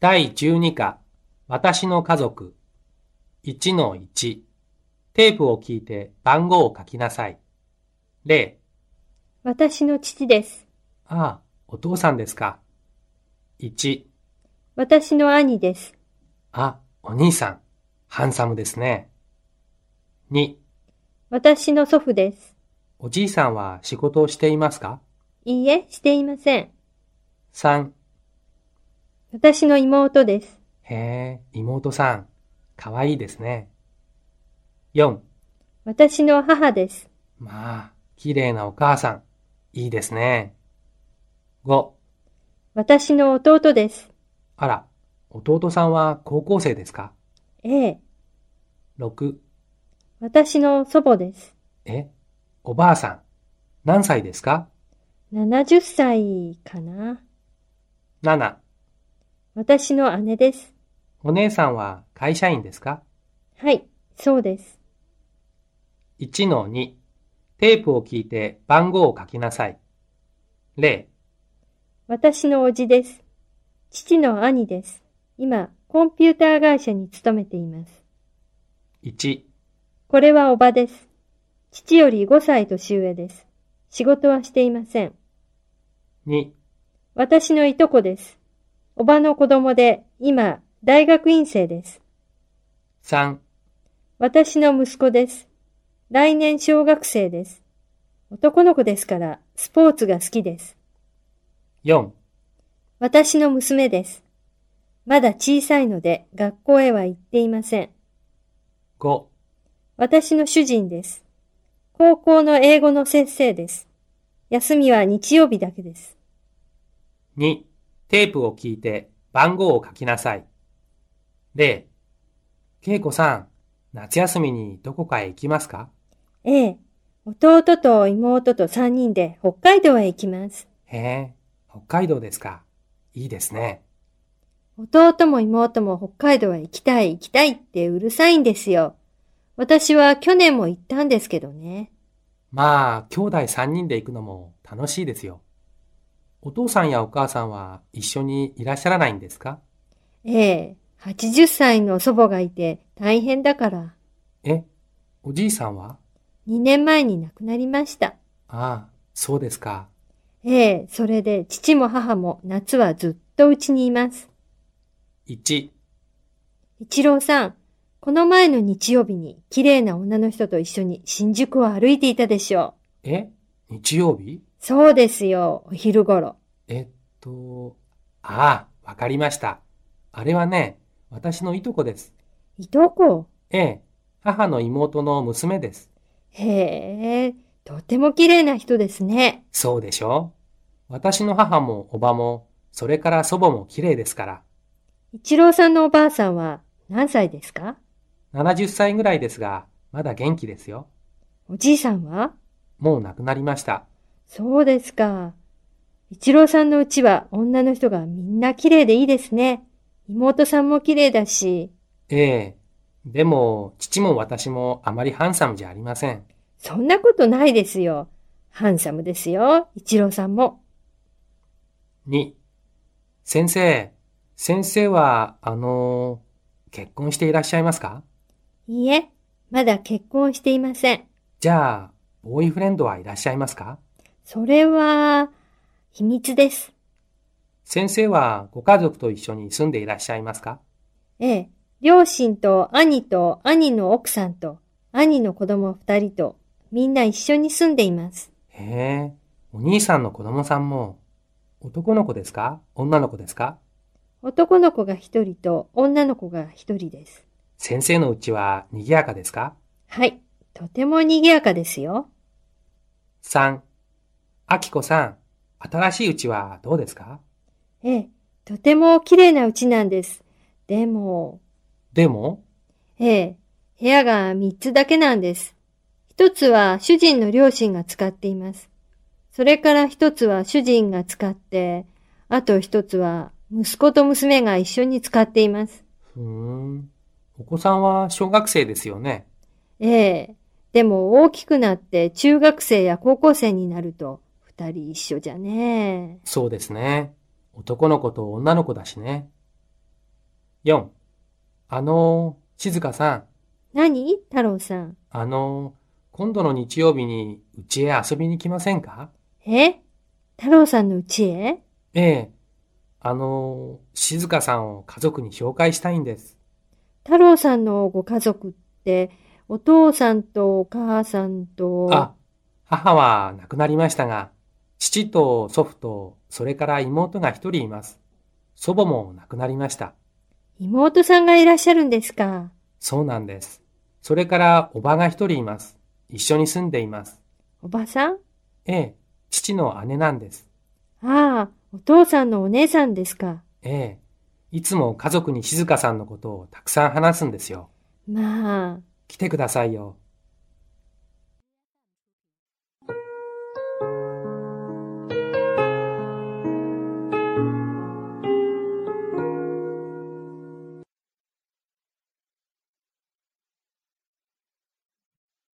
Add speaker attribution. Speaker 1: 第12課、私の家族。1-1。テープを聞いて番号を書きなさい。0、
Speaker 2: 私の父です。
Speaker 1: ああ、お父さんですか。1、
Speaker 2: 私の兄です。
Speaker 1: あ、お兄さん、ハンサムですね。2、
Speaker 2: 私の祖父です。
Speaker 1: おじいさんは仕事をしていますか
Speaker 2: いいえ、していません。
Speaker 1: ?3、
Speaker 2: 私の妹です。
Speaker 1: へえ、妹さん、かわいいですね。4、
Speaker 2: 私の母です。
Speaker 1: まあ、綺麗なお母さん、いいですね。5、
Speaker 2: 私の弟です。
Speaker 1: あら、弟さんは高校生ですか
Speaker 2: ええ、
Speaker 1: ?6、
Speaker 2: 私の祖母です。
Speaker 1: え、おばあさん、何歳ですか
Speaker 2: 70歳かな。
Speaker 1: ?7、
Speaker 2: 私の姉です。
Speaker 1: お姉さんは会社員ですか
Speaker 2: はい、そうです。
Speaker 1: 1-2テープを聞いて番号を書きなさい。0、
Speaker 2: 私の叔父です。父の兄です。今、コンピューター会社に勤めています。
Speaker 1: 1、
Speaker 2: これは叔母です。父より5歳年上です。仕事はしていません。
Speaker 1: 2、
Speaker 2: 私のいとこです。おばの子供で、今、大学院生です。
Speaker 1: 3、
Speaker 2: 私の息子です。来年小学生です。男の子ですから、スポーツが好きです。
Speaker 1: 4、
Speaker 2: 私の娘です。まだ小さいので、学校へは行っていません。
Speaker 1: 5、
Speaker 2: 私の主人です。高校の英語の先生です。休みは日曜日だけです。
Speaker 1: 2、テープを聞いて番号を書きなさい。0、けいこさん、夏休みにどこかへ行きますか
Speaker 2: ええ、弟と妹と3人で北海道へ行きます。
Speaker 1: へえ、北海道ですか。いいですね。
Speaker 2: 弟も妹も北海道へ行きたい行きたいってうるさいんですよ。私は去年も行ったんですけどね。
Speaker 1: まあ、兄弟3人で行くのも楽しいですよ。お父さんやお母さんは一緒にいらっしゃらないんですか
Speaker 2: ええ、80歳の祖母がいて大変だから、
Speaker 1: え、おじいさんは
Speaker 2: 2年前に亡くなりました。
Speaker 1: ああ、そうですか。
Speaker 2: ええ、それで父も母も夏はずっとうちにいます。
Speaker 1: 1、
Speaker 2: 一郎さん、この前の日曜日に綺麗な女の人と一緒に新宿を歩いていたでしょ
Speaker 1: え、日曜日
Speaker 2: う。そうですよ、お昼頃。
Speaker 1: えっと、ああ、わかりました。あれはね、私のいとこです。
Speaker 2: いとこ
Speaker 1: ええ、母の妹の娘です。
Speaker 2: へえ、とても綺麗な人ですね。
Speaker 1: そうでしょ私の母もおばも、それから祖母も綺麗ですから。
Speaker 2: 一郎さんのおばあさんは何歳ですか
Speaker 1: 70歳ぐらいですが、まだ元気ですよ。
Speaker 2: おじいさんは
Speaker 1: もう亡くなりました。
Speaker 2: そうですか。一郎さんのうちは女の人がみんな綺麗でいいですね。妹さんも綺麗だし、
Speaker 1: ええ。でも、父も私もあまりハンサムじゃありません。
Speaker 2: そんなことないですよ。ハンサムですよ、一郎さんも。
Speaker 1: 2、先生、先生は、あの、結婚していらっしゃいますか
Speaker 2: いいえ、まだ結婚していません。
Speaker 1: じゃあ、ボーイフレンドはいらっしゃいますか
Speaker 2: それは、秘密です。
Speaker 1: 先生はご家族と一緒に住んでいらっしゃいますか
Speaker 2: ええ、両親と兄と兄の奥さんと兄の子供二人とみんな一緒に住んでいます。
Speaker 1: へえ、お兄さんの子供さんも、男の子ですか女の子ですか
Speaker 2: 男の子が一人と女の子が一人です。
Speaker 1: 先生のうちは賑やかですか
Speaker 2: はい、とても賑やかですよ。
Speaker 1: ?3、あきこさん、新しいうちはどうですか
Speaker 2: ええ、とても綺麗な家なんです。でも、
Speaker 1: でも、
Speaker 2: ええ、部屋が三つだけなんです。一つは主人の両親が使っています。それから一つは主人が使って、あと一つは息子と娘が一緒に使っています。
Speaker 1: ふーん、お子さんは小学生ですよね。
Speaker 2: ええ。でも大きくなって中学生や高校生になると二人一緒じゃね
Speaker 1: そうですね。男の子と女の子だしね。 4、あのー、静香さん、
Speaker 2: 何太郎さん。
Speaker 1: あのー、今度の日曜日にうちへ遊びに来ませんか
Speaker 2: え太郎さんの家へ
Speaker 1: ええ、あのー、静香さんを家族に紹介したいんです。
Speaker 2: 太郎さんのご家族って、お父さんとお母さんと、
Speaker 1: あ、母は亡くなりましたが、父と祖父と、それから妹が一人います。祖母も亡くなりました。
Speaker 2: 妹さんがいらっしゃるんですか。
Speaker 1: そうなんです。それから、おばが一人います。一緒に住んでいます。
Speaker 2: おばさん
Speaker 1: ええ、父の姉なんです。
Speaker 2: ああ、お父さんのお姉さんですか。
Speaker 1: ええ、いつも家族に静香さんのことをたくさん話すんですよ。
Speaker 2: まあ、
Speaker 1: 来てくださいよ。